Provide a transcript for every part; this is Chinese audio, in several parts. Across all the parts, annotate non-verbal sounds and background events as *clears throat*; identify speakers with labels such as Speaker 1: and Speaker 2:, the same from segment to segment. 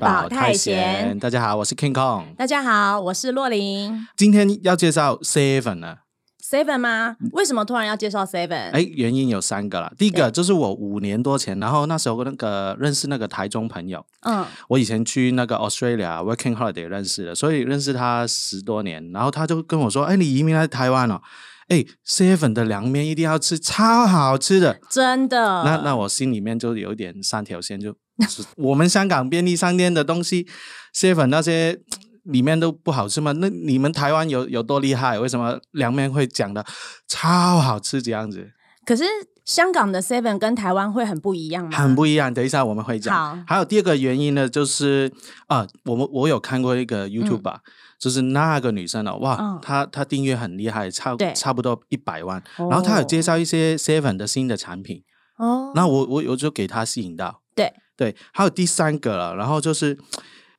Speaker 1: 保太闲。
Speaker 2: 大家好，我是 King Kong。
Speaker 1: 大家好，我是洛琳。
Speaker 2: 今天要介绍 Seven 啊呢，
Speaker 1: Seven 吗？为什么突然要介绍
Speaker 2: 嗯
Speaker 1: Seven？
Speaker 2: 哎，原因有三个啦。第一个就是我五年多前，然后那时候那个认识那个台中朋友，
Speaker 1: 嗯，
Speaker 2: 我以前去那个 Australia working holiday 认识的，所以认识他十多年。然后他就跟我说：“哎，你移民来台湾了、哦，哎，Seven 的凉面一定要吃，超好吃的。”
Speaker 1: 真的。
Speaker 2: 那那我心里面就有一点三条线，就 *laughs* 是我们香港便利商店的东西，seven 那些里面都不好吃吗？那你们台湾有有多厉害？为什么凉面会讲的超好吃这样子？
Speaker 1: 可是香港的 Seven 跟台湾会很不一样吗？
Speaker 2: 很不一样。等一下我们会
Speaker 1: 嗯好
Speaker 2: 讲。还有第二个原因呢，就是啊，我们我有看过一个 YouTube，、r 就是那个女生哦，哇，
Speaker 1: 嗯
Speaker 2: 她她订阅很厉害，差
Speaker 1: 对
Speaker 2: 差不多一百万。
Speaker 1: 哦
Speaker 2: 然后她有介绍一些 Seven 的新的产品，
Speaker 1: 哦，
Speaker 2: 那我我我就给她吸引到。
Speaker 1: 对
Speaker 2: 对，还有第三个了，然后就是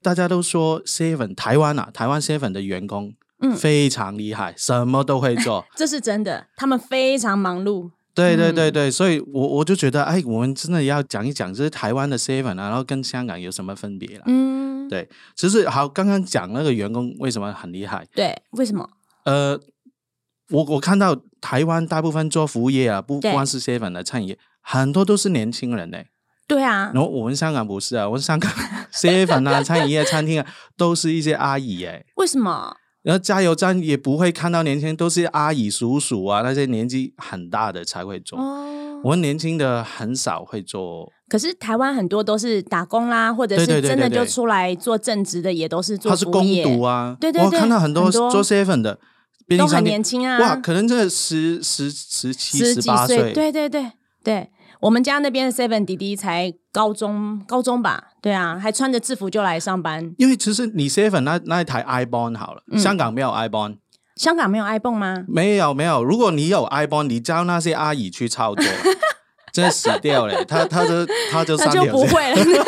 Speaker 2: 大家都说 Seven 台湾啊，台湾 Seven 的员工、
Speaker 1: 嗯。
Speaker 2: 非常厉害，什么都会做 *laughs*
Speaker 1: 这是真的，他们非常忙碌。
Speaker 2: 对对
Speaker 1: 嗯
Speaker 2: 对对，所以我我就觉得，哎，我们真的要讲一讲，就是台湾的 Seven 啊，然后跟香港有什么分别啦？
Speaker 1: 嗯，
Speaker 2: 啊对其实好，刚刚讲那个员工为什么很厉害？
Speaker 1: 对，为什么？
Speaker 2: 呃，我我看到台湾大部分做服务业啊，不
Speaker 1: 对
Speaker 2: 光是 Seven 的餐饮业，很多都是年轻人呢、
Speaker 1: 对啊
Speaker 2: 然，后我们香港不是啊，我们香港 *laughs* seven 啊、餐饮业、餐厅啊，都是一些阿姨哎、
Speaker 1: 为什么？
Speaker 2: 然后加油站也不会看到年轻人，都是阿姨、叔叔啊，那些年纪很大的才会做。
Speaker 1: 哦，
Speaker 2: 我们年轻的很少会做，
Speaker 1: 可是台湾很多都是打工啦，或者
Speaker 2: 对
Speaker 1: 是
Speaker 2: 对对
Speaker 1: 真的
Speaker 2: 对对
Speaker 1: 就出来做正职的，也都是做
Speaker 2: 他是
Speaker 1: 服务
Speaker 2: 攻
Speaker 1: 业
Speaker 2: 读啊。
Speaker 1: 对对
Speaker 2: 我
Speaker 1: 对
Speaker 2: 看到很多
Speaker 1: 很多
Speaker 2: 做 seven 的便
Speaker 1: 都
Speaker 2: 利
Speaker 1: 很
Speaker 2: 商店
Speaker 1: 年，轻啊，
Speaker 2: 哇，可能这十十十七、
Speaker 1: 十几
Speaker 2: 八
Speaker 1: 岁，对对对对。我们家那边的 Seven 弟弟才高中，高中吧，对啊，还穿着制服就来上班。
Speaker 2: 因为其实你 seven 那那一台 i b o n 好了，
Speaker 1: 嗯
Speaker 2: 香港没有 i b o n
Speaker 1: 香港没有 iPhone 吗？
Speaker 2: 没有没有，如果你有 i b o n 你叫那些阿姨去操
Speaker 1: *laughs*
Speaker 2: 作，真的死掉了。他他就他就
Speaker 1: 那
Speaker 2: 三
Speaker 1: 就
Speaker 2: 条
Speaker 1: 不
Speaker 2: 线，
Speaker 1: 会了。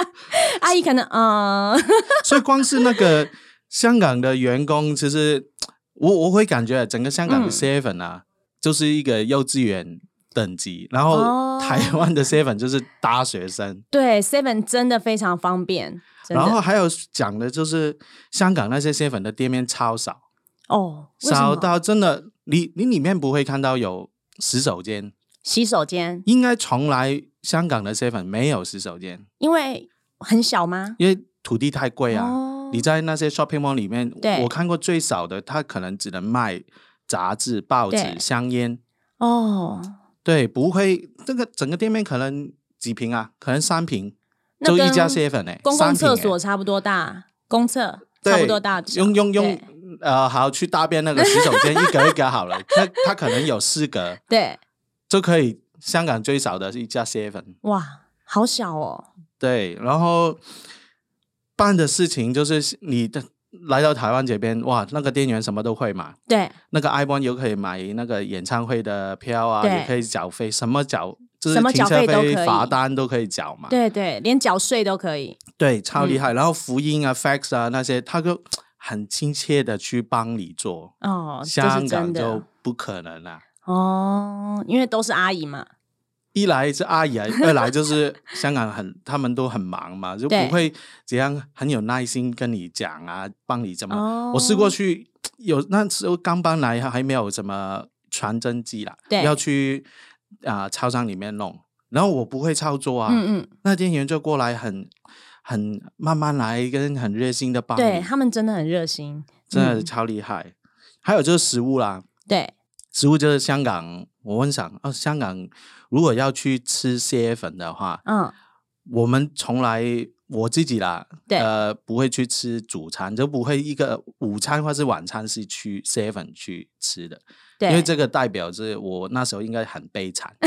Speaker 1: *laughs* 阿姨可能，嗯、
Speaker 2: 所以光是那个香港的员工，其实我我会感觉整个香港的
Speaker 1: 嗯
Speaker 2: seven 啊，就是一个幼稚园等级，然后
Speaker 1: 哦
Speaker 2: 台湾的 seven 就是大学生。
Speaker 1: *laughs* 对，Seven 真的非常方便，真
Speaker 2: 然后
Speaker 1: 的。
Speaker 2: 还有讲的就是香港那些 seven 的店面超少，
Speaker 1: 哦，为什
Speaker 2: 少
Speaker 1: 么
Speaker 2: 到真的你你里面不会看到有洗手间，
Speaker 1: 洗手间，
Speaker 2: 应该从来香港的 seven 没有洗手间，
Speaker 1: 因为很小吗？
Speaker 2: 因为土地太贵啊。
Speaker 1: 哦
Speaker 2: 你在那些 shopping mall 里面
Speaker 1: 对，
Speaker 2: 我看过最少的，它可能只能卖杂志、报纸、
Speaker 1: 对
Speaker 2: 香烟，
Speaker 1: 哦，
Speaker 2: 对，不会，这个整个店面可能几平啊，可能三平，
Speaker 1: 那
Speaker 2: 就一
Speaker 1: 跟
Speaker 2: 家 seven 哎、
Speaker 1: 公
Speaker 2: 三平
Speaker 1: 共厕
Speaker 2: 欸
Speaker 1: 所差不多大，公厕
Speaker 2: 对
Speaker 1: 差不多大，
Speaker 2: 用用用
Speaker 1: 对，
Speaker 2: 呃，好去大便那个洗手
Speaker 1: *laughs*
Speaker 2: 间一格一格好了，它它可能有四格
Speaker 1: 对，
Speaker 2: 就可以，香港最少的是一家 seven，
Speaker 1: 哇，好小哦，
Speaker 2: 对，然后办的事情就是你的来到台湾这边，哇，那个店员什么都会嘛，
Speaker 1: 对，
Speaker 2: 那个 iPhone 又可以买那个演唱会的票啊，
Speaker 1: 对
Speaker 2: 也可以缴费，什么缴就是
Speaker 1: 什么
Speaker 2: 停
Speaker 1: 缴
Speaker 2: 车
Speaker 1: 费都可以
Speaker 2: 罚单都可以缴嘛。
Speaker 1: 对对，连缴税都可以，
Speaker 2: 对，超厉害。然后福音啊、fax 啊那些，他就很亲切的去帮你做。
Speaker 1: 哦，这
Speaker 2: 香
Speaker 1: 是真
Speaker 2: 港就
Speaker 1: 的
Speaker 2: 不可能啦、
Speaker 1: 哦，因为都是阿姨嘛，
Speaker 2: 一来是阿姨啊， *laughs* 二来就是香港很，他们都很忙嘛，就不
Speaker 1: 对
Speaker 2: 会怎样很有耐心跟你讲啊，帮你怎么。
Speaker 1: 哦，
Speaker 2: 我试过，去，有那时候刚搬来还没有什么传真机啦，
Speaker 1: 对
Speaker 2: 要去啊、超商里面弄，然后我不会操作啊，
Speaker 1: 嗯嗯，
Speaker 2: 那店员就过来很很慢慢来，跟很热心的帮你，
Speaker 1: 对他们真的很热心，
Speaker 2: 真的
Speaker 1: 嗯
Speaker 2: 超厉害。还有就是食物啦，
Speaker 1: 对，
Speaker 2: 食物就是香港，我问想啊，香港如果要去吃蟹粉的话，
Speaker 1: 嗯，
Speaker 2: 我们从来我自己啦，
Speaker 1: 对
Speaker 2: 呃，不会去吃主餐，就不会一个午餐或是晚餐是去 seven 去吃的，
Speaker 1: 对，
Speaker 2: 因为这个代表是我那时候应该很悲惨， *laughs*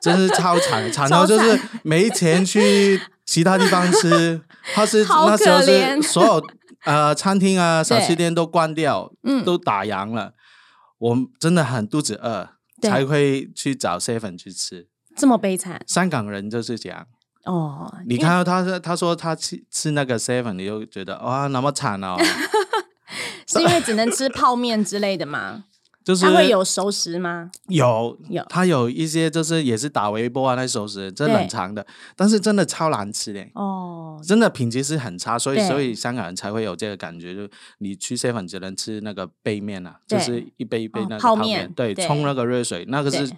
Speaker 2: 真是超惨，
Speaker 1: *laughs*
Speaker 2: 惨到就是没钱去其他地方吃，
Speaker 1: *laughs*
Speaker 2: 他是
Speaker 1: 好
Speaker 2: 那时候
Speaker 1: 可
Speaker 2: 是
Speaker 1: 怜
Speaker 2: 所有呃餐厅啊、小吃
Speaker 1: 对
Speaker 2: 店都关掉，
Speaker 1: 嗯
Speaker 2: 都打烊了，我真的很肚子饿，
Speaker 1: 对
Speaker 2: 才会去找 seven 去吃。
Speaker 1: 这么悲惨
Speaker 2: 香港人就是这样。
Speaker 1: 哦，
Speaker 2: 你
Speaker 1: 因为
Speaker 2: 看到他，他说他吃吃那个 seven，你
Speaker 1: *laughs*
Speaker 2: 就觉得哇，那么惨哦。
Speaker 1: 是因为只能吃泡面之类的嘛，
Speaker 2: 就是
Speaker 1: 它会有熟食吗？
Speaker 2: 有
Speaker 1: 有
Speaker 2: 它有一些就是也是打微波啊那熟食，这
Speaker 1: 对
Speaker 2: 冷藏的，但是真的超难吃的。
Speaker 1: 哦，
Speaker 2: 真的品质是很差，所以
Speaker 1: 对
Speaker 2: 所以香港人才会有这个感觉，就你去 seven 只能吃那个杯面啊，
Speaker 1: 对
Speaker 2: 就是一杯一杯
Speaker 1: 哦
Speaker 2: 那个
Speaker 1: 泡
Speaker 2: 泡
Speaker 1: 面
Speaker 2: 对，
Speaker 1: 对
Speaker 2: 冲那个热水，那个是
Speaker 1: 对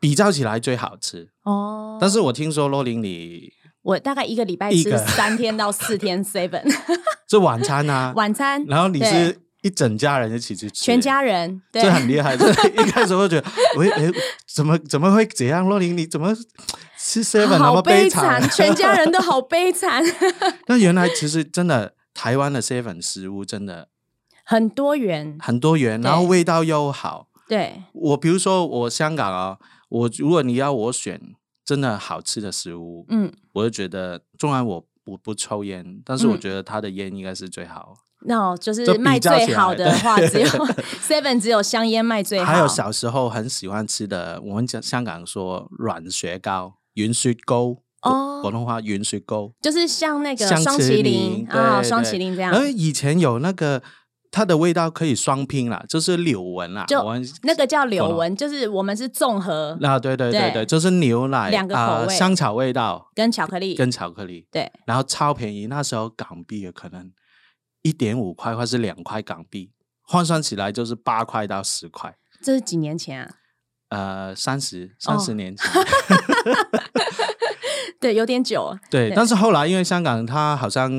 Speaker 2: 比较起来最好吃。
Speaker 1: 哦，
Speaker 2: 但是我听说罗琳你
Speaker 1: 我大概一个礼拜
Speaker 2: 一
Speaker 1: 吃
Speaker 2: 个 *laughs*
Speaker 1: 三天到四天 seven *laughs*
Speaker 2: 这晚餐啊，
Speaker 1: 晚餐，
Speaker 2: 然后你
Speaker 1: 对
Speaker 2: 是一整家人一起去吃，
Speaker 1: 全家人对
Speaker 2: 这
Speaker 1: *laughs*
Speaker 2: 很厉害。这一开始会觉得，喂，哎，怎么怎么会这样？罗琳你怎么吃 seven 那
Speaker 1: 好
Speaker 2: 么
Speaker 1: 悲
Speaker 2: 惨？ *laughs*
Speaker 1: 全家人都好悲惨，
Speaker 2: 但原来其实真的台湾的 seven 食物真的
Speaker 1: 很多元
Speaker 2: 很多元，然后
Speaker 1: 对
Speaker 2: 味道又好。
Speaker 1: 对
Speaker 2: 我比如说我香港啊，我如果你要我选真的好吃的食物，
Speaker 1: 嗯，
Speaker 2: 我就觉得纵然我不不抽烟，但是我
Speaker 1: 嗯
Speaker 2: 觉得它的烟应该是最好。
Speaker 1: 那我就是
Speaker 2: 这比
Speaker 1: 卖
Speaker 2: 较起
Speaker 1: 最
Speaker 2: 来
Speaker 1: 好的
Speaker 2: 对
Speaker 1: 话，只有 seven 只有香烟卖最好，
Speaker 2: 还有小时候很喜欢吃的，我们讲香港说软雪糕、云雪糕，
Speaker 1: 哦
Speaker 2: 广广东话云雪糕，
Speaker 1: 就是像那个
Speaker 2: 香
Speaker 1: 双
Speaker 2: 麒
Speaker 1: 麒
Speaker 2: 麟
Speaker 1: 麟啊，
Speaker 2: 对
Speaker 1: 双
Speaker 2: 对
Speaker 1: 麒麟这样，
Speaker 2: 而哎以前有那个它的味道可以双拼啦，就是柳纹啦，
Speaker 1: 就
Speaker 2: 我们
Speaker 1: 那个叫柳
Speaker 2: 懂了
Speaker 1: 纹，就是我们是综合
Speaker 2: 啊，对对对
Speaker 1: 对
Speaker 2: 对，就是牛奶
Speaker 1: 两个口
Speaker 2: 啊
Speaker 1: 味
Speaker 2: 香草味道
Speaker 1: 跟巧克力，
Speaker 2: 跟巧克力，
Speaker 1: 对
Speaker 2: 然后超便宜，那时候港币有可能一点五块或是两块港币，换算起来就是八块到十块，
Speaker 1: 这是几年前啊？
Speaker 2: 呃，三十三
Speaker 1: 哦
Speaker 2: 十年
Speaker 1: *laughs*
Speaker 2: 前。
Speaker 1: 对，有点久了，
Speaker 2: 对，
Speaker 1: 对
Speaker 2: 但是后来因为香港，它好像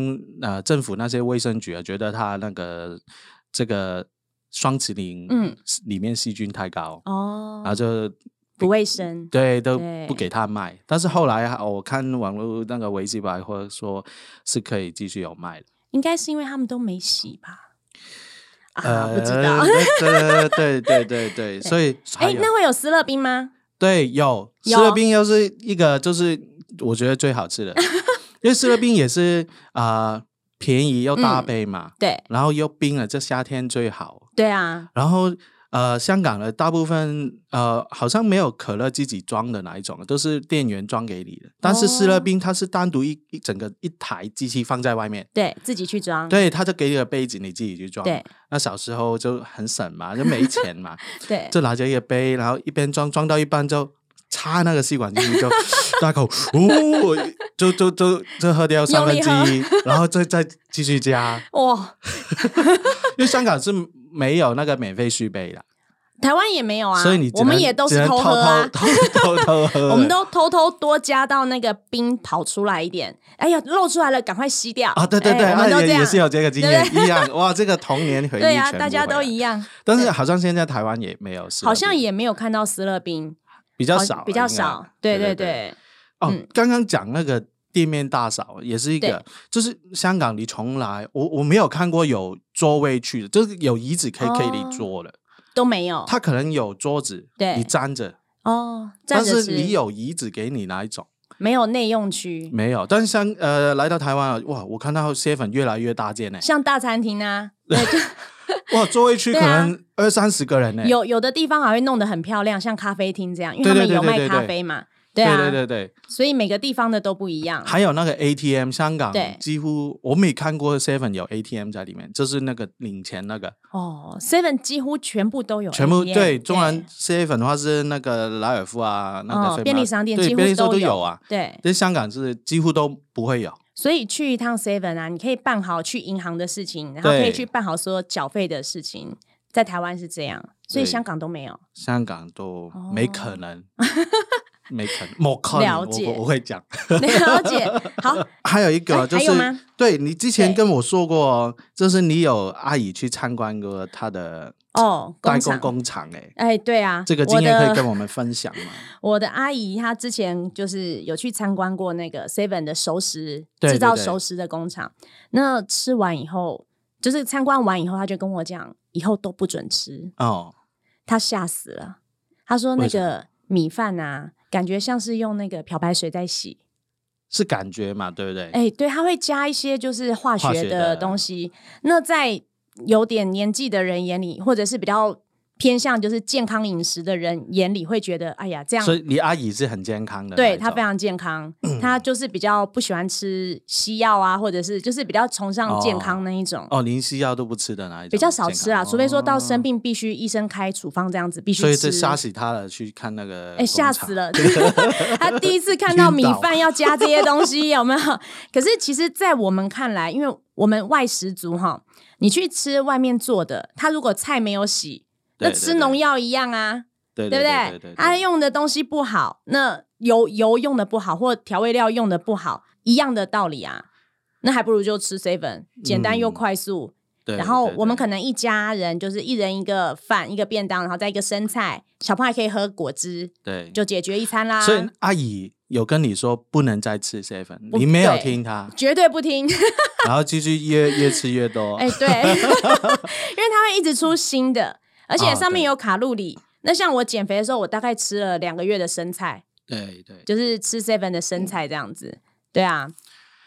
Speaker 2: 呃政府那些卫生局啊，觉得它那个这个双麒麟，
Speaker 1: 嗯，
Speaker 2: 里面细菌太高，
Speaker 1: 哦
Speaker 2: 然，后就
Speaker 1: 不卫生，
Speaker 2: 对都
Speaker 1: 对
Speaker 2: 不给它卖。但是后来啊我看网络那个维基百科说是可以继续有卖的。
Speaker 1: 应该是因为他们都没洗吧？啊，
Speaker 2: 呃，
Speaker 1: 不知道。
Speaker 2: 对对对
Speaker 1: *laughs*
Speaker 2: 对对，所以还
Speaker 1: 哎，
Speaker 2: 有
Speaker 1: 那会有斯乐冰吗？
Speaker 2: 对有士
Speaker 1: 有
Speaker 2: 乐冰又是一个就是我觉得最好
Speaker 1: *laughs*
Speaker 2: 吃的，因为士乐冰也是啊、呃便宜又搭
Speaker 1: 嗯
Speaker 2: 配嘛。
Speaker 1: 对，
Speaker 2: 然后又冰了，这夏天最好。
Speaker 1: 对啊，
Speaker 2: 然后呃，香港的大部分呃好像没有可乐自己装的那一种，都是店员装给你的。但是士乐
Speaker 1: 哦
Speaker 2: 冰它是单独一一整个一台机器放在外面，
Speaker 1: 对自己去装，
Speaker 2: 对，哦它就给你个杯子，你自己去装。
Speaker 1: 嗯对
Speaker 2: 那小时候就很省嘛，就
Speaker 1: *laughs*
Speaker 2: 没钱嘛，
Speaker 1: 对
Speaker 2: 就拿着一个杯，然后一边装，装到一半就。插那个吸管进去
Speaker 1: *laughs*
Speaker 2: 就大口，哦，就就就就喝掉三
Speaker 1: 用
Speaker 2: 分
Speaker 1: 力
Speaker 2: 之一，然后再再继续加，
Speaker 1: 哇，
Speaker 2: 因为香港是没有那个免费续杯的，
Speaker 1: 台湾也没有啊，
Speaker 2: 所以你只
Speaker 1: 我们
Speaker 2: 能
Speaker 1: 也都
Speaker 2: 只
Speaker 1: 是
Speaker 2: 能偷
Speaker 1: 喝啊。
Speaker 2: 偷 *laughs* 偷偷偷喝的。
Speaker 1: 我们都偷偷多加到那个冰跑出来一点，哎呀，露出来了，赶快吸掉
Speaker 2: 啊，对对
Speaker 1: 哎
Speaker 2: 对，
Speaker 1: 我们都
Speaker 2: 啊
Speaker 1: 这
Speaker 2: 也
Speaker 1: 样
Speaker 2: 也，是有这个经验一样。
Speaker 1: *laughs*
Speaker 2: 哇，这个童年回忆
Speaker 1: 对啊，
Speaker 2: 全部
Speaker 1: 大家
Speaker 2: 回来
Speaker 1: 都一样，
Speaker 2: 但是好像现在台湾也没有，是吧
Speaker 1: 好像也没有看到斯乐冰，
Speaker 2: 比较
Speaker 1: 好
Speaker 2: 少了，
Speaker 1: 比较
Speaker 2: 应该
Speaker 1: 少，对
Speaker 2: 对
Speaker 1: 对对，
Speaker 2: 哦
Speaker 1: 嗯，
Speaker 2: 刚刚讲那个店面大嫂也是一个，就是香港你从来我我没有看过有座位去的，就是有椅子可以可以
Speaker 1: 哦
Speaker 2: 你坐的，
Speaker 1: 都没有
Speaker 2: 他可能有桌子，
Speaker 1: 对
Speaker 2: 你站着，
Speaker 1: 哦，站
Speaker 2: 但
Speaker 1: 着
Speaker 2: 是
Speaker 1: 吃
Speaker 2: 你有嗯椅子给你哪一种？
Speaker 1: 没有内用区？
Speaker 2: 没有，但是像呃来到台湾啊，哇，我看到蟹粉越来越大件呢、
Speaker 1: 像大餐厅啊，
Speaker 2: 哇，座位区可
Speaker 1: 对啊
Speaker 2: 能二三十个人呢、
Speaker 1: 有有的地方还会弄得很漂亮，像咖啡厅这样，因为
Speaker 2: 对嗯
Speaker 1: 他
Speaker 2: 对
Speaker 1: 们
Speaker 2: 对
Speaker 1: 有
Speaker 2: 对
Speaker 1: 卖
Speaker 2: 对
Speaker 1: 咖
Speaker 2: 对
Speaker 1: 啡嘛，
Speaker 2: 对
Speaker 1: 啊，
Speaker 2: 对对对，
Speaker 1: 所以每个地方的都不一样。
Speaker 2: 还有那个 ATM，香港
Speaker 1: 对
Speaker 2: 几乎我没看过 Seven 有 ATM 在里面，就是那个领钱那个，
Speaker 1: 哦，Seven 几乎全部都有 ATM，
Speaker 2: 全部对，中然 Seven 的话是那个莱尔富啊，那
Speaker 1: 哦
Speaker 2: 个飞马
Speaker 1: 便利商店
Speaker 2: 对
Speaker 1: 几乎
Speaker 2: 便利商
Speaker 1: 都
Speaker 2: 店都
Speaker 1: 有
Speaker 2: 有啊，
Speaker 1: 对，
Speaker 2: 在香港是几乎都不会有，
Speaker 1: 所以去一趟 Seven 啊，你可以办好去银行的事情，然后可以
Speaker 2: 对
Speaker 1: 去办好所有缴费的事情。在台湾是这样，所以
Speaker 2: 对
Speaker 1: 香港都没有。 *laughs*
Speaker 2: 香港都没
Speaker 1: 哦
Speaker 2: 可能，没可能，没可能，
Speaker 1: 了
Speaker 2: 我
Speaker 1: 解
Speaker 2: 我我会讲。
Speaker 1: 了解，好，
Speaker 2: 还有一个
Speaker 1: 哎
Speaker 2: 就
Speaker 1: 还
Speaker 2: 是
Speaker 1: 有吗，
Speaker 2: 对你之前
Speaker 1: 对
Speaker 2: 跟我说过，就是你有阿姨去参观过她的
Speaker 1: 哦，
Speaker 2: 代工
Speaker 1: 工厂，
Speaker 2: 工厂，哎，
Speaker 1: 哎，对啊，
Speaker 2: 这个
Speaker 1: 我
Speaker 2: 经验可以
Speaker 1: 的
Speaker 2: 跟我们分享吗？
Speaker 1: 我的阿姨她之前就是有去参观过那个 Seven 的熟食
Speaker 2: 对
Speaker 1: 制造
Speaker 2: 对对
Speaker 1: 熟食的工厂，那吃完以后，就是参观完以后，她就跟我讲，以后都不准吃，
Speaker 2: 哦，
Speaker 1: 她吓死了。她说那
Speaker 2: 为什
Speaker 1: 个米饭啊，感觉像是用那个漂白水在洗，
Speaker 2: 是感觉嘛，对不对？
Speaker 1: 哎、对，它会加一些就是化
Speaker 2: 化
Speaker 1: 学
Speaker 2: 学
Speaker 1: 的
Speaker 2: 的
Speaker 1: 东西。那在有点年纪的人眼里，或者是比较偏向就是健康饮食的人眼里会觉得，哎呀，这样
Speaker 2: 所以你阿姨是很健康的那一
Speaker 1: 对
Speaker 2: 种，
Speaker 1: 她非常
Speaker 2: *clears throat*
Speaker 1: 健康，她就是比较不喜欢吃西药啊，或者是就是比较崇尚健康那一种，
Speaker 2: 哦，连西药都不吃的那一种，
Speaker 1: 比较少吃
Speaker 2: 健
Speaker 1: 啊，
Speaker 2: 康
Speaker 1: 除非说到
Speaker 2: 哦
Speaker 1: 生病必须医生开处方这样子，必须
Speaker 2: 所以这
Speaker 1: 吃。
Speaker 2: 吓死他了，去看那个，
Speaker 1: 哎，吓死！了！ *laughs* 他第一次看到米
Speaker 2: 晕倒
Speaker 1: 饭要加这些东西，有没 *laughs* 有？可是其实，在我们看来，因为我们外食族哈，你去吃外面做的，他如果菜没有洗，
Speaker 2: 对
Speaker 1: 那
Speaker 2: 对
Speaker 1: 吃
Speaker 2: 对
Speaker 1: 农药一样啊，
Speaker 2: 对
Speaker 1: 对哎
Speaker 2: 对
Speaker 1: 不
Speaker 2: 对对，
Speaker 1: 他用的东西不好，那油油用的不好，或调味料用的不好，一样的道理啊。那还不如就吃 seven，简单又
Speaker 2: 嗯
Speaker 1: 快速。
Speaker 2: 对
Speaker 1: 然后
Speaker 2: 对
Speaker 1: 我们
Speaker 2: 对
Speaker 1: 可能一家人就是一人一个饭，一个便当，然后再一个生菜，小朋友还可以喝果汁，
Speaker 2: 对，
Speaker 1: 就解决一餐啦。
Speaker 2: 所以阿姨有跟你说不能再吃 seven，
Speaker 1: 不
Speaker 2: 你没有
Speaker 1: 对
Speaker 2: 听她，
Speaker 1: 绝对不听，
Speaker 2: 哦然后继续越越吃越多。
Speaker 1: *laughs* 哎，
Speaker 2: *laughs*
Speaker 1: 对，因为它会一直出新的，而且
Speaker 2: 啊
Speaker 1: 上面
Speaker 2: 对
Speaker 1: 有卡路里。那像我减肥的时候，我大概吃了两个月的生菜，
Speaker 2: 对对，
Speaker 1: 就是吃 seven 的生菜这样子。对啊，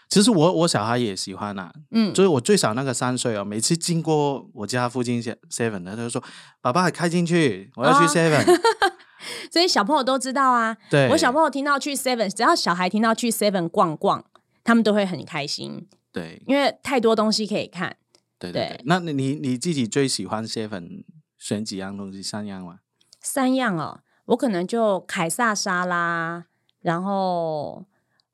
Speaker 2: 其实我我小孩也喜欢啊，
Speaker 1: 嗯，
Speaker 2: 就是我最少那个三岁哦，每次经过我家附近 seven 的，他就说：“爸爸开进去，我要去
Speaker 1: 啊
Speaker 2: seven、
Speaker 1: *laughs* 所以小朋友都知道啊。
Speaker 2: 对，
Speaker 1: 我小朋友听到去 seven，只要小孩听到去 seven 逛逛，他们都会很开心，
Speaker 2: 对
Speaker 1: 因为太多东西可以看。
Speaker 2: 对对
Speaker 1: 对
Speaker 2: 对。那你你你自己最喜欢 seven 选几样东西？三样吗？
Speaker 1: 三样哦，我可能就凯撒沙拉，然后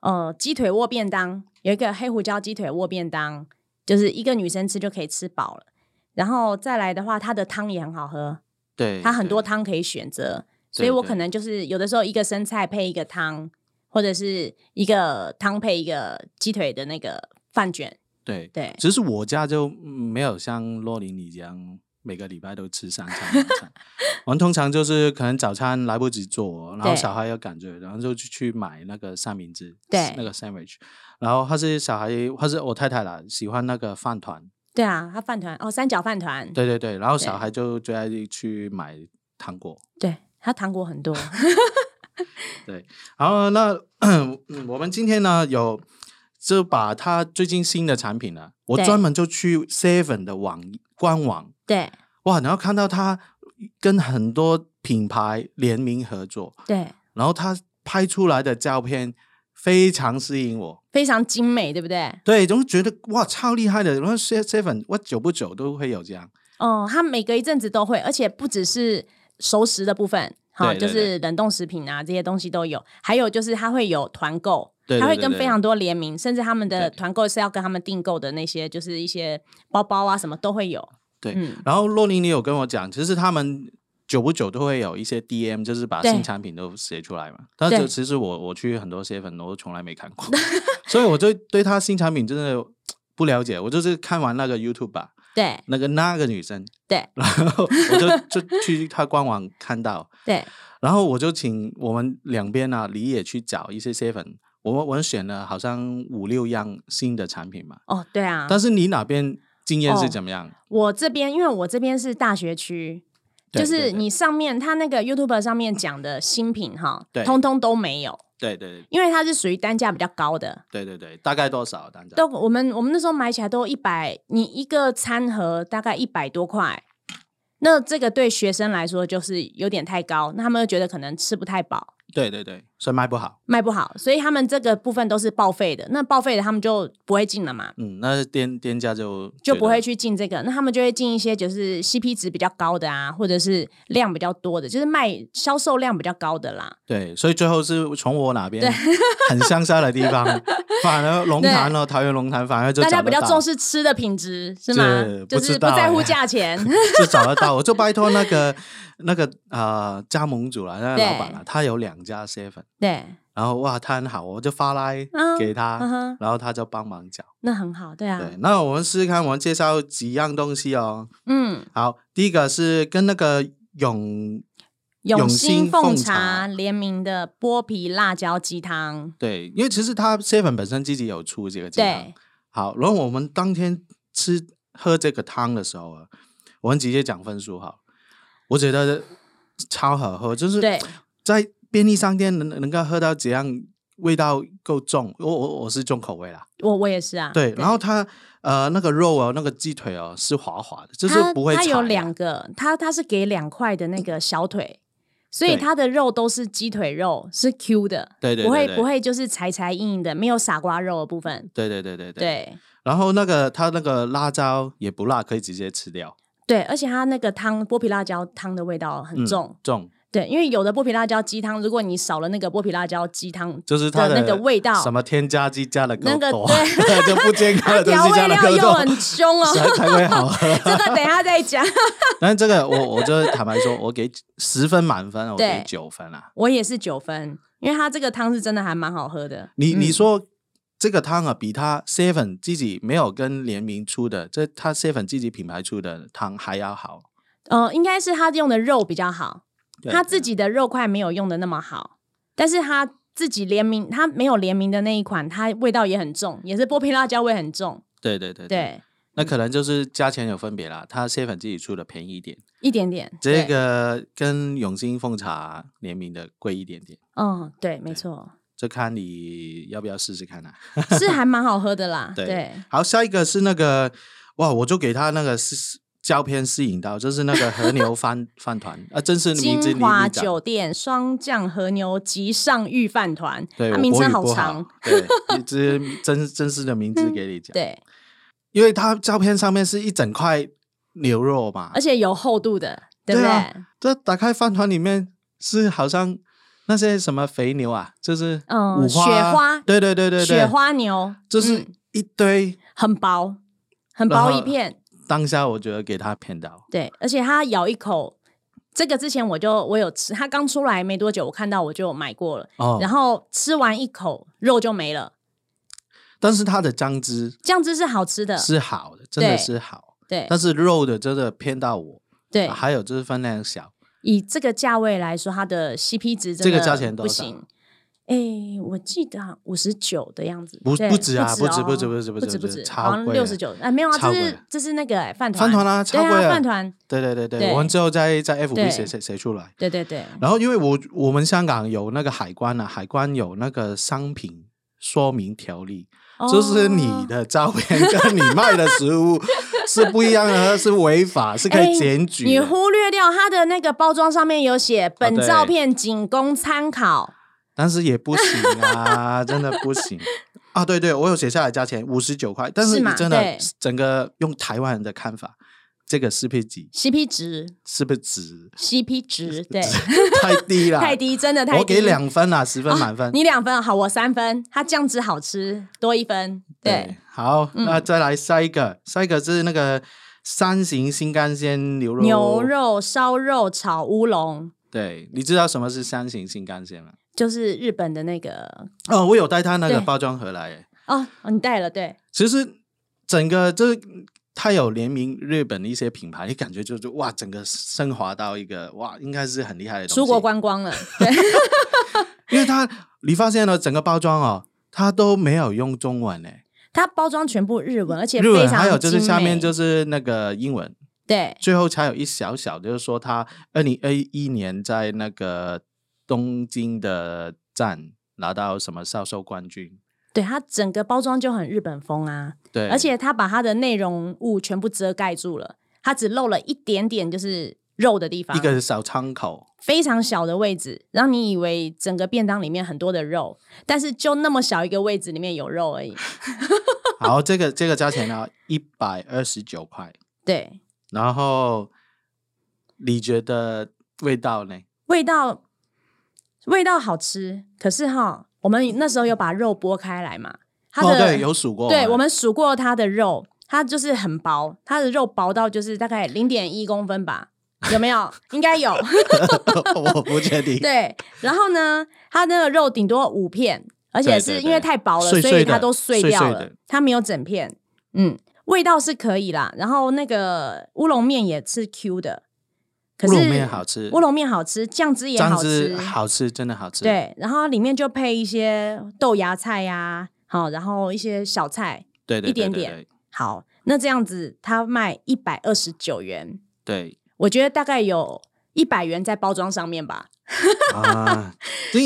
Speaker 1: 呃鸡腿握便当，有一个黑胡椒鸡腿握便当，就是一个女生吃就可以吃饱了。然后再来的话，它的汤也很好喝，
Speaker 2: 对，
Speaker 1: 它很多
Speaker 2: 对
Speaker 1: 汤可以选择，所以我可能就是有的时候一个生菜配一个汤，或者是一个汤配一个鸡腿的那个饭卷，
Speaker 2: 对。
Speaker 1: 对。
Speaker 2: 只是我家就嗯没有像洛琳你这样每个礼拜都吃三餐两餐，我们通常就是可能早餐来不及做，然后
Speaker 1: 对
Speaker 2: 小孩有感觉，然后就去去买那个三明治，
Speaker 1: 对
Speaker 2: 那个 sandwich，然后他是小孩，他是我太太啦，喜欢那个饭团，
Speaker 1: 对啊，他饭团哦，三角饭团，
Speaker 2: 对对对，然后小
Speaker 1: 对
Speaker 2: 孩就最爱去买糖果，
Speaker 1: 对，他糖果很多， *laughs*
Speaker 2: 然后那嗯 *clears throat* 我们今天呢有就把他最近新的产品呢，我
Speaker 1: 对
Speaker 2: 专门就去 Seven 的网官网。
Speaker 1: 对
Speaker 2: 哇，然后看到他跟很多品牌联名合作，
Speaker 1: 对，
Speaker 2: 然后他拍出来的照片非常吸引我，
Speaker 1: 非常精美，对不对？
Speaker 2: 对，总觉得哇超厉害的。然后 Se- Seven，我久不久都会有这样，
Speaker 1: 哦，它每隔一阵子都会，而且不只是熟食的部分，哈，
Speaker 2: 对对
Speaker 1: 就是冷冻食品啊这些东西都有，还有就是它会有团购。
Speaker 2: 对对
Speaker 1: 它会
Speaker 2: 对
Speaker 1: 跟
Speaker 2: 对
Speaker 1: 非常多联名，甚至他们的
Speaker 2: 对
Speaker 1: 团购是要跟他们订购的那些，就是一些包包啊，什么都会有。
Speaker 2: 对。
Speaker 1: 嗯，
Speaker 2: 然后洛琳，你有跟我讲，其实他们。久不久都会有一些 DM，就是把
Speaker 1: 对
Speaker 2: 新产品都写出来嘛。但是
Speaker 1: 对
Speaker 2: 其实我我去很多 seven 我都从来没看过， *laughs* 所以我对对他新产品真的不了解。我就是看完那个 YouTube 吧，
Speaker 1: 对
Speaker 2: 那个那个女生，
Speaker 1: 对
Speaker 2: *laughs* 然后我就就去他官网看到，
Speaker 1: 对
Speaker 2: 然后我就请我们两边啊，你也去找一些 seven，我们我们选了好像五六样新的产品嘛，
Speaker 1: 哦，对啊。
Speaker 2: 但是你哪边经验是
Speaker 1: 哦
Speaker 2: 怎么样？
Speaker 1: 我这边因为我这边是大学区，
Speaker 2: 对
Speaker 1: 就
Speaker 2: 对
Speaker 1: 是
Speaker 2: 对
Speaker 1: 你上面它那个 YouTube 上面讲的新品哈
Speaker 2: 对，
Speaker 1: 通通都没有，
Speaker 2: 对对
Speaker 1: 因为它是属于单价比较高的。
Speaker 2: 对对对，大概多少？大概
Speaker 1: 都我们我们那时候买起来都一百，你一个餐盒大概一百多块，那这个对学生来说就是有点太高，那他们又觉得可能吃不太饱，
Speaker 2: 对对对，所以卖不好。
Speaker 1: 卖不好，所以他们这个部分都是报废的，那报废的他们就不会进了嘛，
Speaker 2: 嗯，那店店家就觉
Speaker 1: 就不
Speaker 2: 得
Speaker 1: 会去进这个，那他们就会进一些就是 CP 值比较高的啊，或者是量比较多的，就是卖销售量比较高的啦。
Speaker 2: 对，所以最后是从我哪边很乡下的地方，
Speaker 1: *laughs*
Speaker 2: 反而龙
Speaker 1: 对
Speaker 2: 潭哦，桃园龙潭反而就
Speaker 1: 大家
Speaker 2: 找
Speaker 1: 比
Speaker 2: 得
Speaker 1: 较
Speaker 2: 到
Speaker 1: 重视吃的品质是吗
Speaker 2: 这？
Speaker 1: 就
Speaker 2: 不知
Speaker 1: 是不
Speaker 2: 道
Speaker 1: 在乎
Speaker 2: 欸
Speaker 1: 价钱。
Speaker 2: *laughs* 就找得到，我就拜托那个 *laughs* 那个呃加盟主了，那个
Speaker 1: 对
Speaker 2: 老板了，他有两家 seven，
Speaker 1: 对，
Speaker 2: 然后哇他很好，我就发来
Speaker 1: 嗯
Speaker 2: 给他，
Speaker 1: 嗯哼，
Speaker 2: 然后他就帮忙找。
Speaker 1: 那很好，对啊，
Speaker 2: 对，那我们试试看，我们介绍几样东西哦。
Speaker 1: 嗯。
Speaker 2: 好，第一个是跟那个永
Speaker 1: 永
Speaker 2: 永兴
Speaker 1: 兴凤
Speaker 2: 凤茶
Speaker 1: 茶联名的剥皮辣椒鸡汤，
Speaker 2: 对，因为其实他 seven 本身自己有出这个鸡汤
Speaker 1: 对。
Speaker 2: 好，然后我们当天吃喝这个汤的时候啊，我们直接讲分数哈。我觉得超好喝，就是
Speaker 1: 对
Speaker 2: 在便利商店能能够喝到这样味道够重，我我我是重口味啦。
Speaker 1: 我我也是啊。
Speaker 2: 对，然后它呃那个肉哦，那个鸡腿哦是滑滑的，就是
Speaker 1: 它
Speaker 2: 不会柴
Speaker 1: 它
Speaker 2: 啊。
Speaker 1: 有两个，它它是给两块的那个小腿，所以
Speaker 2: 对
Speaker 1: 它的肉都是鸡腿肉，是 Q 的，
Speaker 2: 对对对
Speaker 1: 不会
Speaker 2: 对
Speaker 1: 不会就是柴柴硬硬的，没有傻瓜肉的部分。
Speaker 2: 对对对对对。
Speaker 1: 对
Speaker 2: 然后那个它那个辣椒也不辣，可以直接吃掉。
Speaker 1: 对，而且它那个汤剥皮辣椒汤的味道很重。
Speaker 2: 重
Speaker 1: 对，因为有的剥皮辣椒鸡汤，如果你少了那个剥皮辣椒鸡汤，
Speaker 2: 就是它
Speaker 1: 的那个味道
Speaker 2: 什么添加剂加了够
Speaker 1: 那个
Speaker 2: 多， *laughs* 就不健康
Speaker 1: 它
Speaker 2: 的东
Speaker 1: 调
Speaker 2: 西加了
Speaker 1: 味料
Speaker 2: 够
Speaker 1: 又
Speaker 2: 多，
Speaker 1: 很
Speaker 2: *laughs*
Speaker 1: 凶 *laughs* 哦。
Speaker 2: 才才会好喝。
Speaker 1: 这个等一下再讲。
Speaker 2: 但是这个我我就坦白说，我给十分满分，我给
Speaker 1: 对
Speaker 2: 九分啦。
Speaker 1: 我也是九分，因为它这个汤是真的还蛮好喝的。
Speaker 2: 你你
Speaker 1: 嗯
Speaker 2: 说这个汤啊，比它 Seven 自己没有跟联名出的，这它 Seven 自己品牌出的汤还要好。
Speaker 1: 呃，应该是他用的肉比较好，
Speaker 2: 对
Speaker 1: 他自己的肉块没有用的那么好，但是他自己联名，他没有联名的那一款，它味道也很重，也是剥皮辣椒味很重，
Speaker 2: 对对对，
Speaker 1: 对，
Speaker 2: 那可能就是价钱有分别啦。它 Seven 自己出的便宜一点，
Speaker 1: 一点点。
Speaker 2: 这
Speaker 1: 对，
Speaker 2: 个跟永兴凤茶联名的贵一点点，
Speaker 1: 嗯，对，没错，
Speaker 2: 这看你要不要试试看啊。
Speaker 1: 是还蛮好喝的
Speaker 2: *laughs*
Speaker 1: 啦。
Speaker 2: 对
Speaker 1: 对，
Speaker 2: 好，下一个是那个哇，我就给他那个是胶片吸引到，就是那个和牛
Speaker 1: *laughs*
Speaker 2: 饭饭团啊，真是名字
Speaker 1: 金
Speaker 2: 你
Speaker 1: 华
Speaker 2: 你讲
Speaker 1: 酒店双酱和牛极上御饭团，
Speaker 2: 对，
Speaker 1: 它
Speaker 2: 我
Speaker 1: 啊名
Speaker 2: 国
Speaker 1: 称
Speaker 2: 语
Speaker 1: 好
Speaker 2: 不
Speaker 1: 长。。嗯
Speaker 2: 对，一
Speaker 1: *laughs*
Speaker 2: 只真真实的名字给你讲。，
Speaker 1: 对，
Speaker 2: 因为它照片上面是一整块牛肉嘛
Speaker 1: 而，且有厚度的，对不
Speaker 2: 对
Speaker 1: 对？
Speaker 2: 啊这打开饭团里面是好像那些什么肥牛啊，就是
Speaker 1: 嗯
Speaker 2: 五花啊、
Speaker 1: 雪花
Speaker 2: 对对对对对，
Speaker 1: 雪花牛
Speaker 2: 就是
Speaker 1: 嗯
Speaker 2: 一堆。
Speaker 1: 很薄，很
Speaker 2: 然后
Speaker 1: 薄一片，
Speaker 2: 当下我觉得给他骗到，
Speaker 1: 对，而且它咬一口，这个之前我就我有吃，它刚出来没多久，我看到我就有买过了，
Speaker 2: 哦，
Speaker 1: 然后吃完一口肉就没了，
Speaker 2: 但是它的酱汁
Speaker 1: 酱汁是好吃的，
Speaker 2: 是好的，真的
Speaker 1: 呃对
Speaker 2: 是好，
Speaker 1: 对
Speaker 2: 但是肉的真的骗到我。
Speaker 1: 对，
Speaker 2: 还有就是分量小，
Speaker 1: 以这个价位来说，它的 CP 值真
Speaker 2: 这
Speaker 1: 的
Speaker 2: 个价钱多
Speaker 1: 不
Speaker 2: 少
Speaker 1: 行。哎、我记得五十九的样子，
Speaker 2: 不
Speaker 1: 对
Speaker 2: 不
Speaker 1: 不
Speaker 2: 止啊
Speaker 1: 止哦
Speaker 2: 不止不止不止
Speaker 1: 不止
Speaker 2: 不
Speaker 1: 不
Speaker 2: 止
Speaker 1: 止，
Speaker 2: 超
Speaker 1: 好像
Speaker 2: 贵
Speaker 1: 六十九啊，没有啊，
Speaker 2: 超
Speaker 1: 这
Speaker 2: 贵
Speaker 1: 是这是那个哎饭团
Speaker 2: 饭团啊，
Speaker 1: 对
Speaker 2: 超贵
Speaker 1: 啊，
Speaker 2: 了。
Speaker 1: 饭团，
Speaker 2: 对对对对，
Speaker 1: 对
Speaker 2: 我们之后再在 FB
Speaker 1: 对
Speaker 2: 写写写出来。
Speaker 1: 对对对，
Speaker 2: 然后，因为我我们香港有那个海关啊，海关有那个商品说明条例，就是你
Speaker 1: 哦
Speaker 2: 的照片跟你卖的食
Speaker 1: *laughs*
Speaker 2: 物是不一样的，它是违法，是可
Speaker 1: 哎
Speaker 2: 以检举
Speaker 1: 你
Speaker 2: 的。
Speaker 1: 忽略掉它的那个包装上面有写，本
Speaker 2: 啊对
Speaker 1: 照片仅供参考。
Speaker 2: 但是也不行
Speaker 1: *laughs*
Speaker 2: 啊，真的不行啊！对对，我有写下来价钱五十九块，但是
Speaker 1: 是
Speaker 2: 你
Speaker 1: 吗
Speaker 2: 真的
Speaker 1: 对
Speaker 2: 整个用台湾人的看法，这个是不是值？
Speaker 1: CP 值
Speaker 2: 是不是值？*laughs*
Speaker 1: ，CP 值，对，
Speaker 2: 太低了，
Speaker 1: 太。低，真的太低。
Speaker 2: 啊我给两分啦，十分
Speaker 1: 啊
Speaker 2: 满分。
Speaker 1: 你两分好，我三分。它酱汁好吃，多一分。对，，嗯
Speaker 2: 好，那再来下一个，下一个是那个三型新干线牛肉
Speaker 1: 牛。肉烧肉炒乌龙，
Speaker 2: 对，你知道什么是三型新干线吗？
Speaker 1: 就是日本的那个
Speaker 2: 哦，我有带它那个
Speaker 1: 对
Speaker 2: 包装盒来耶。
Speaker 1: 哦，哦你带了对，
Speaker 2: 其实整个这它有联名日本的一些品牌，你感觉就是哇，整个升华到一个哇，应该是很厉害的东西。
Speaker 1: 出国，观光了，对，
Speaker 2: 因为它你发现了整个包装哦，它都没有用中文诶，
Speaker 1: 它包装全部日文，而且
Speaker 2: 日
Speaker 1: 非
Speaker 2: 文
Speaker 1: 常
Speaker 2: 还有就是下面就是是那个英文。
Speaker 1: 对
Speaker 2: 最后才有一小小，就是说他二零二一年在那个东京的站拿到什么销售冠军。
Speaker 1: 对，它整个包装就很日本风啊，
Speaker 2: 对，
Speaker 1: 而且他把他的内容物全部遮盖住了，他只露了一点点，就是肉的地方，
Speaker 2: 一个小窗口，
Speaker 1: 非常小的位置，让你以为整个便当里面很多的肉，但是就那么小一个位置里面有肉而
Speaker 2: *laughs*
Speaker 1: 已。
Speaker 2: 好，这个这个价钱呢一百二十九块，
Speaker 1: 对，
Speaker 2: 然后你觉得味道呢？
Speaker 1: 味道味道好吃，可是哈，我们那时候有把肉剥开来嘛，它的、
Speaker 2: 哦，对，有数过，
Speaker 1: 对我们数过它的肉，它就是很薄，它的肉薄到就是大概零点一公分吧，有没
Speaker 2: *laughs*
Speaker 1: 有？应该有。
Speaker 2: 我不确 *laughs* 定，
Speaker 1: 对，然后呢，它那个肉顶多五片，而且
Speaker 2: 对
Speaker 1: 是
Speaker 2: 对
Speaker 1: 因
Speaker 2: 对
Speaker 1: 为太薄了，
Speaker 2: 碎
Speaker 1: 所
Speaker 2: 碎
Speaker 1: 以它
Speaker 2: 的
Speaker 1: 都碎
Speaker 2: 碎
Speaker 1: 掉
Speaker 2: 碎
Speaker 1: 了，
Speaker 2: 的
Speaker 1: 它没有整片。嗯，味道是可以啦，然后那个乌龙面也是 Q 的，可
Speaker 2: 乌
Speaker 1: 是
Speaker 2: 龙面好吃，
Speaker 1: 乌龙面好吃，酱汁也
Speaker 2: 酱
Speaker 1: 好
Speaker 2: 汁
Speaker 1: 吃，
Speaker 2: 好吃，真的好吃。，
Speaker 1: 对，然后里面就配一些豆芽菜呀、好，然后一些小菜，
Speaker 2: 对对
Speaker 1: 一点
Speaker 2: 对
Speaker 1: 点好，那这样子它卖一百二十九元，
Speaker 2: 对
Speaker 1: 我觉得大概有一百元在包装上面吧，
Speaker 2: 对啊，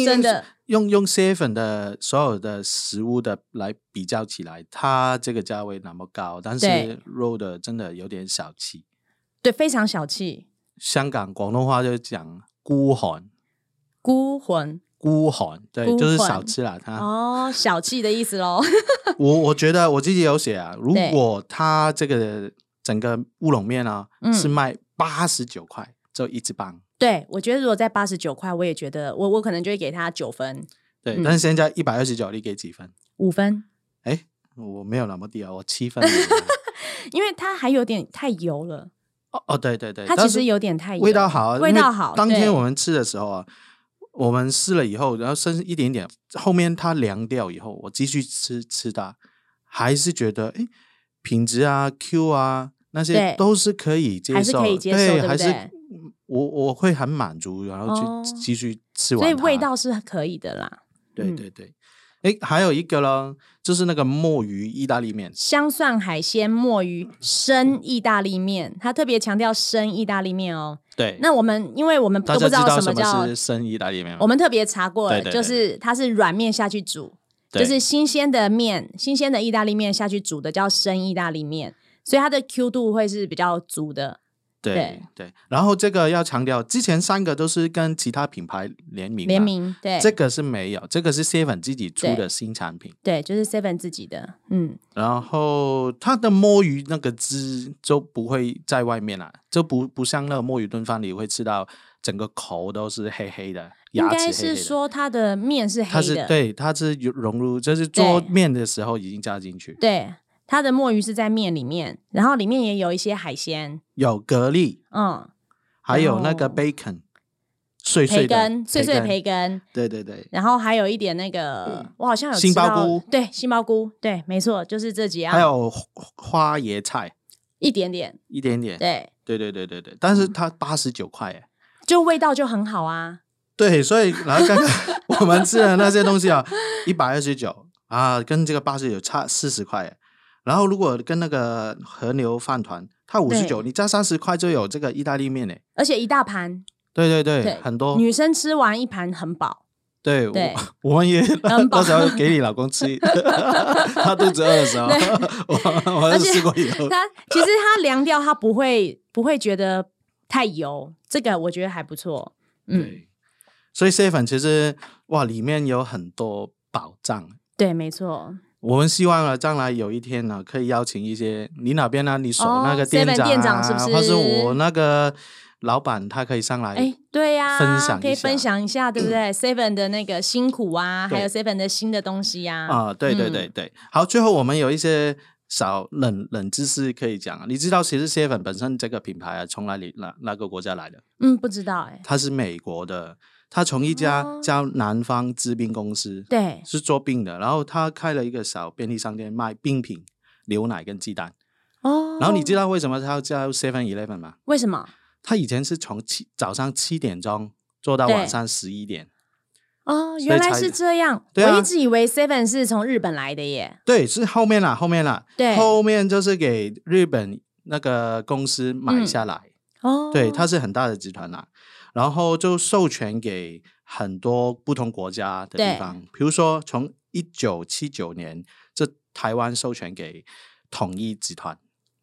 Speaker 1: 真的。
Speaker 2: 用用蟹粉的所有的食物的来比较起来，它这个价位那么高，但
Speaker 1: 对
Speaker 2: 是肉的真的有点小气。
Speaker 1: 对，非常小气，
Speaker 2: 香港广东话就讲孤寒，
Speaker 1: 孤魂
Speaker 2: 孤寒，对，
Speaker 1: 孤
Speaker 2: 就是
Speaker 1: 寒
Speaker 2: 少吃了它。
Speaker 1: 哦，小气的意思喽。
Speaker 2: 我我觉得我自己有写啊，如
Speaker 1: 对
Speaker 2: 果它这个整个乌龙面啊、
Speaker 1: 嗯
Speaker 2: 是卖八十九块，就一只棒。
Speaker 1: *laughs* 对，我觉得如果在八十九块，我也觉得我我可能就会给他九分、
Speaker 2: 对，
Speaker 1: 嗯
Speaker 2: 但是现在一百二十九，你给几分？
Speaker 1: 五分，
Speaker 2: 哎，我没有那么低啊，我七分而
Speaker 1: *laughs*
Speaker 2: 已啊。
Speaker 1: 因为它还有点太油了，
Speaker 2: 哦哦，对对对，
Speaker 1: 它
Speaker 2: 但
Speaker 1: 其
Speaker 2: 是
Speaker 1: 实有点太油，
Speaker 2: 味道好啊，
Speaker 1: 味
Speaker 2: 因为
Speaker 1: 道好。
Speaker 2: 当
Speaker 1: 对
Speaker 2: 天我们吃的时候啊，我们试了以后，然后剩一点点，后面它凉掉以后，我继续吃吃它，还是觉得哎，诶品质啊、Q 啊那
Speaker 1: 对
Speaker 2: 些都是可以接受的，
Speaker 1: 还是可以接受对不
Speaker 2: 还是
Speaker 1: 对
Speaker 2: 我我会很满足，然
Speaker 1: 哦
Speaker 2: 后去继续吃完
Speaker 1: 所
Speaker 2: 它。
Speaker 1: 以味道是可以的啦。
Speaker 2: 对
Speaker 1: 嗯
Speaker 2: 对对，哎，还有一个咯，就是那个墨鱼意大利面，
Speaker 1: 香蒜海鲜墨鱼生意大利面，它特别强调生意大利面哦。
Speaker 2: 对，
Speaker 1: 那我们因为我们都
Speaker 2: 大
Speaker 1: 不
Speaker 2: 家知道
Speaker 1: 什
Speaker 2: 什
Speaker 1: 么叫
Speaker 2: 么是生意大利面吗？
Speaker 1: 我们特别查过了，
Speaker 2: 对对对
Speaker 1: 就是它是软面下去煮，就
Speaker 2: 对
Speaker 1: 是新鲜的面、新鲜的意大利面下去煮的叫生意大利面，所以它的 Q 度会是比较足的。
Speaker 2: 对
Speaker 1: 对
Speaker 2: 对，然后这个要强调，之前三个都是跟其他品牌联名嘛
Speaker 1: 联，名对，
Speaker 2: 这个是没有，这个是 Seven 自己出
Speaker 1: 对
Speaker 2: 的新产品。
Speaker 1: 对，就是 Seven 自己的，嗯，
Speaker 2: 然后它的摸鱼那个汁就不会在外面啦，就不不像那个摸鱼炖饭里会吃到整个口都是黑黑的，
Speaker 1: 应
Speaker 2: 牙齿黑黑
Speaker 1: 该
Speaker 2: 的。
Speaker 1: 是说它的面是黑
Speaker 2: 它是
Speaker 1: 的，
Speaker 2: 对，它是有融入，就是做
Speaker 1: 对
Speaker 2: 面的时候已经加进去，
Speaker 1: 对，它的墨鱼是在面里面，然后里面也有一些海鲜，
Speaker 2: 有蛤蜊，
Speaker 1: 嗯，
Speaker 2: 还有那个
Speaker 1: 哦
Speaker 2: bacon，碎碎
Speaker 1: 培
Speaker 2: 的
Speaker 1: 根，碎碎培，根，
Speaker 2: 对对对，
Speaker 1: 然后还有一点那个，我好像有
Speaker 2: 嗯杏
Speaker 1: 吃到
Speaker 2: 鲍菇
Speaker 1: 对，杏鲍菇，对，没错，就是这几样，
Speaker 2: 还有花花椰菜
Speaker 1: 一点点，
Speaker 2: 一点点，
Speaker 1: 对，嗯
Speaker 2: 对对对对对，但是它八十九块哎，
Speaker 1: 就味道就很好啊，
Speaker 2: 对，所以然后刚刚我们吃的那些东西啊， *laughs* 一百二十九啊，跟这个八十九差四十块耶，然后如果跟那个和牛饭团，它五十九，
Speaker 1: 对
Speaker 2: 你加三十块就有这个意大利面嘞，
Speaker 1: 而且一大盘，
Speaker 2: 对对对，
Speaker 1: 对
Speaker 2: 很多，
Speaker 1: 女生吃完一盘很饱，
Speaker 2: 对
Speaker 1: 对
Speaker 2: 我我们
Speaker 1: *laughs*
Speaker 2: 也
Speaker 1: 很饱
Speaker 2: 到时候给你老公吃， *laughs* 他肚子饿的时候， *laughs* 我我
Speaker 1: 而且
Speaker 2: 试过以后， *laughs*
Speaker 1: 它其实它凉掉，它不会不会觉得太油，这个我觉得还不错，嗯，
Speaker 2: 对，所以 C 粉其实哇，里面有很多宝藏。
Speaker 1: 对，没错，
Speaker 2: 我们希望啊，将来有一天呢、可以邀请一些你哪边呢、你手
Speaker 1: 哦
Speaker 2: 那个
Speaker 1: 7-Eleven
Speaker 2: 店长啊，
Speaker 1: 店长是不是
Speaker 2: 或是我那个老板，他可以上来。
Speaker 1: 哎，对呀、
Speaker 2: 分享一
Speaker 1: 可以
Speaker 2: 下
Speaker 1: 分享一下，对不
Speaker 2: *clears throat*
Speaker 1: 对？Seven 的那个辛苦啊，
Speaker 2: 对
Speaker 1: 还有 Seven 的新的东西呀、
Speaker 2: 啊、对对对
Speaker 1: 嗯
Speaker 2: 对，好，最后我们有一些小冷冷知识可以讲啊。你知道，其实 C 粉本身这个品牌啊，从哪里哪哪个国家来的？
Speaker 1: 嗯，不知道哎、
Speaker 2: 它是美国的，它从一家
Speaker 1: 哦
Speaker 2: 叫南方治病公司，
Speaker 1: 对，
Speaker 2: 是做病的，然后他开了一个小便利商店卖冰品、牛奶跟鸡蛋。
Speaker 1: 哦，
Speaker 2: 然后你知道为什么他要叫 Seven Eleven 吗？
Speaker 1: 为什么？
Speaker 2: 他以前是从七早上七点钟做到
Speaker 1: 对
Speaker 2: 晚上十一点，
Speaker 1: 哦，
Speaker 2: 所以
Speaker 1: 原来
Speaker 2: 才
Speaker 1: 是这样。
Speaker 2: 对啊
Speaker 1: 我一直以为 Seven 是从日本来的耶。
Speaker 2: 对，是后面啦，后面啦，
Speaker 1: 对
Speaker 2: 后面就是给日本那个公司
Speaker 1: 嗯
Speaker 2: 买下来，
Speaker 1: 哦，
Speaker 2: 对，它是很大的集团啦，然后就授权给很多不同国家的
Speaker 1: 对
Speaker 2: 地方，比如说从一九七九年，这台湾授权给统一集团，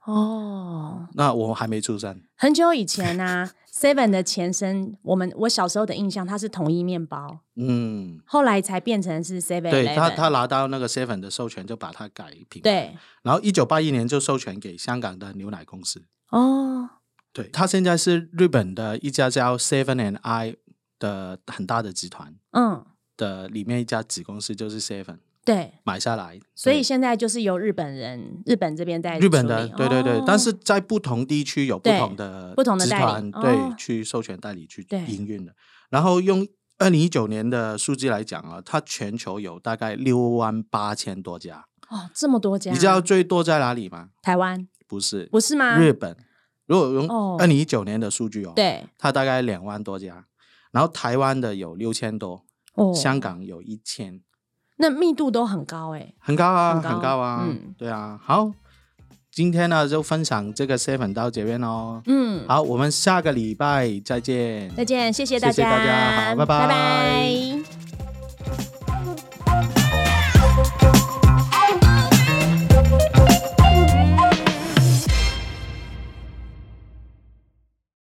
Speaker 1: 哦，
Speaker 2: 那我还没出生。
Speaker 1: 很久以前啊 *laughs* ，Seven 的前身，我们我小时候的印象，它是统一面包，
Speaker 2: 嗯，
Speaker 1: 后来才变成是 Seven。
Speaker 2: 对他，他拿到那个 Seven 的授权，就把它改品。，
Speaker 1: 对
Speaker 2: 然后一九八一年就授权给香港的牛奶公司。
Speaker 1: 哦，
Speaker 2: 对，他现在是日本的一家叫 Seven and I 的很大的集团
Speaker 1: 嗯，
Speaker 2: 的里面一家子公司，就是 Seven
Speaker 1: 对，
Speaker 2: 买下来。
Speaker 1: 所以
Speaker 2: 对
Speaker 1: 现在就是由日本人、日本这边在
Speaker 2: 日本
Speaker 1: 处
Speaker 2: 的
Speaker 1: 理
Speaker 2: 对对对，
Speaker 1: 哦
Speaker 2: 但是在不同地区有不
Speaker 1: 对
Speaker 2: 同的
Speaker 1: 不同的
Speaker 2: 集
Speaker 1: 代
Speaker 2: 团
Speaker 1: 理哦
Speaker 2: 对去授权代理去
Speaker 1: 对
Speaker 2: 营运的。然后用二零一九年的数据来讲啊，它全球有大概六万八千多家。
Speaker 1: 哦，这么多家，
Speaker 2: 你知道最多在哪里吗？
Speaker 1: 台湾
Speaker 2: 不是，
Speaker 1: 不是吗？
Speaker 2: 日本。如果用
Speaker 1: 啊哦
Speaker 2: 二零一九年的数据哦，，
Speaker 1: 对
Speaker 2: 它大概两万多家，然后台湾的有六千多，
Speaker 1: 哦，
Speaker 2: 香港有一千，
Speaker 1: 那密度都很高哎、
Speaker 2: 很高啊，
Speaker 1: 很
Speaker 2: 很
Speaker 1: 高
Speaker 2: 高啊，
Speaker 1: 嗯
Speaker 2: 对啊。好，今天呢就分享这个 seven 到这边哦。
Speaker 1: 嗯，
Speaker 2: 好，我们下个礼拜再见。
Speaker 1: 再见，谢谢
Speaker 2: 谢
Speaker 1: 大家，
Speaker 2: 谢大家好拜
Speaker 1: 拜
Speaker 2: 拜
Speaker 1: 拜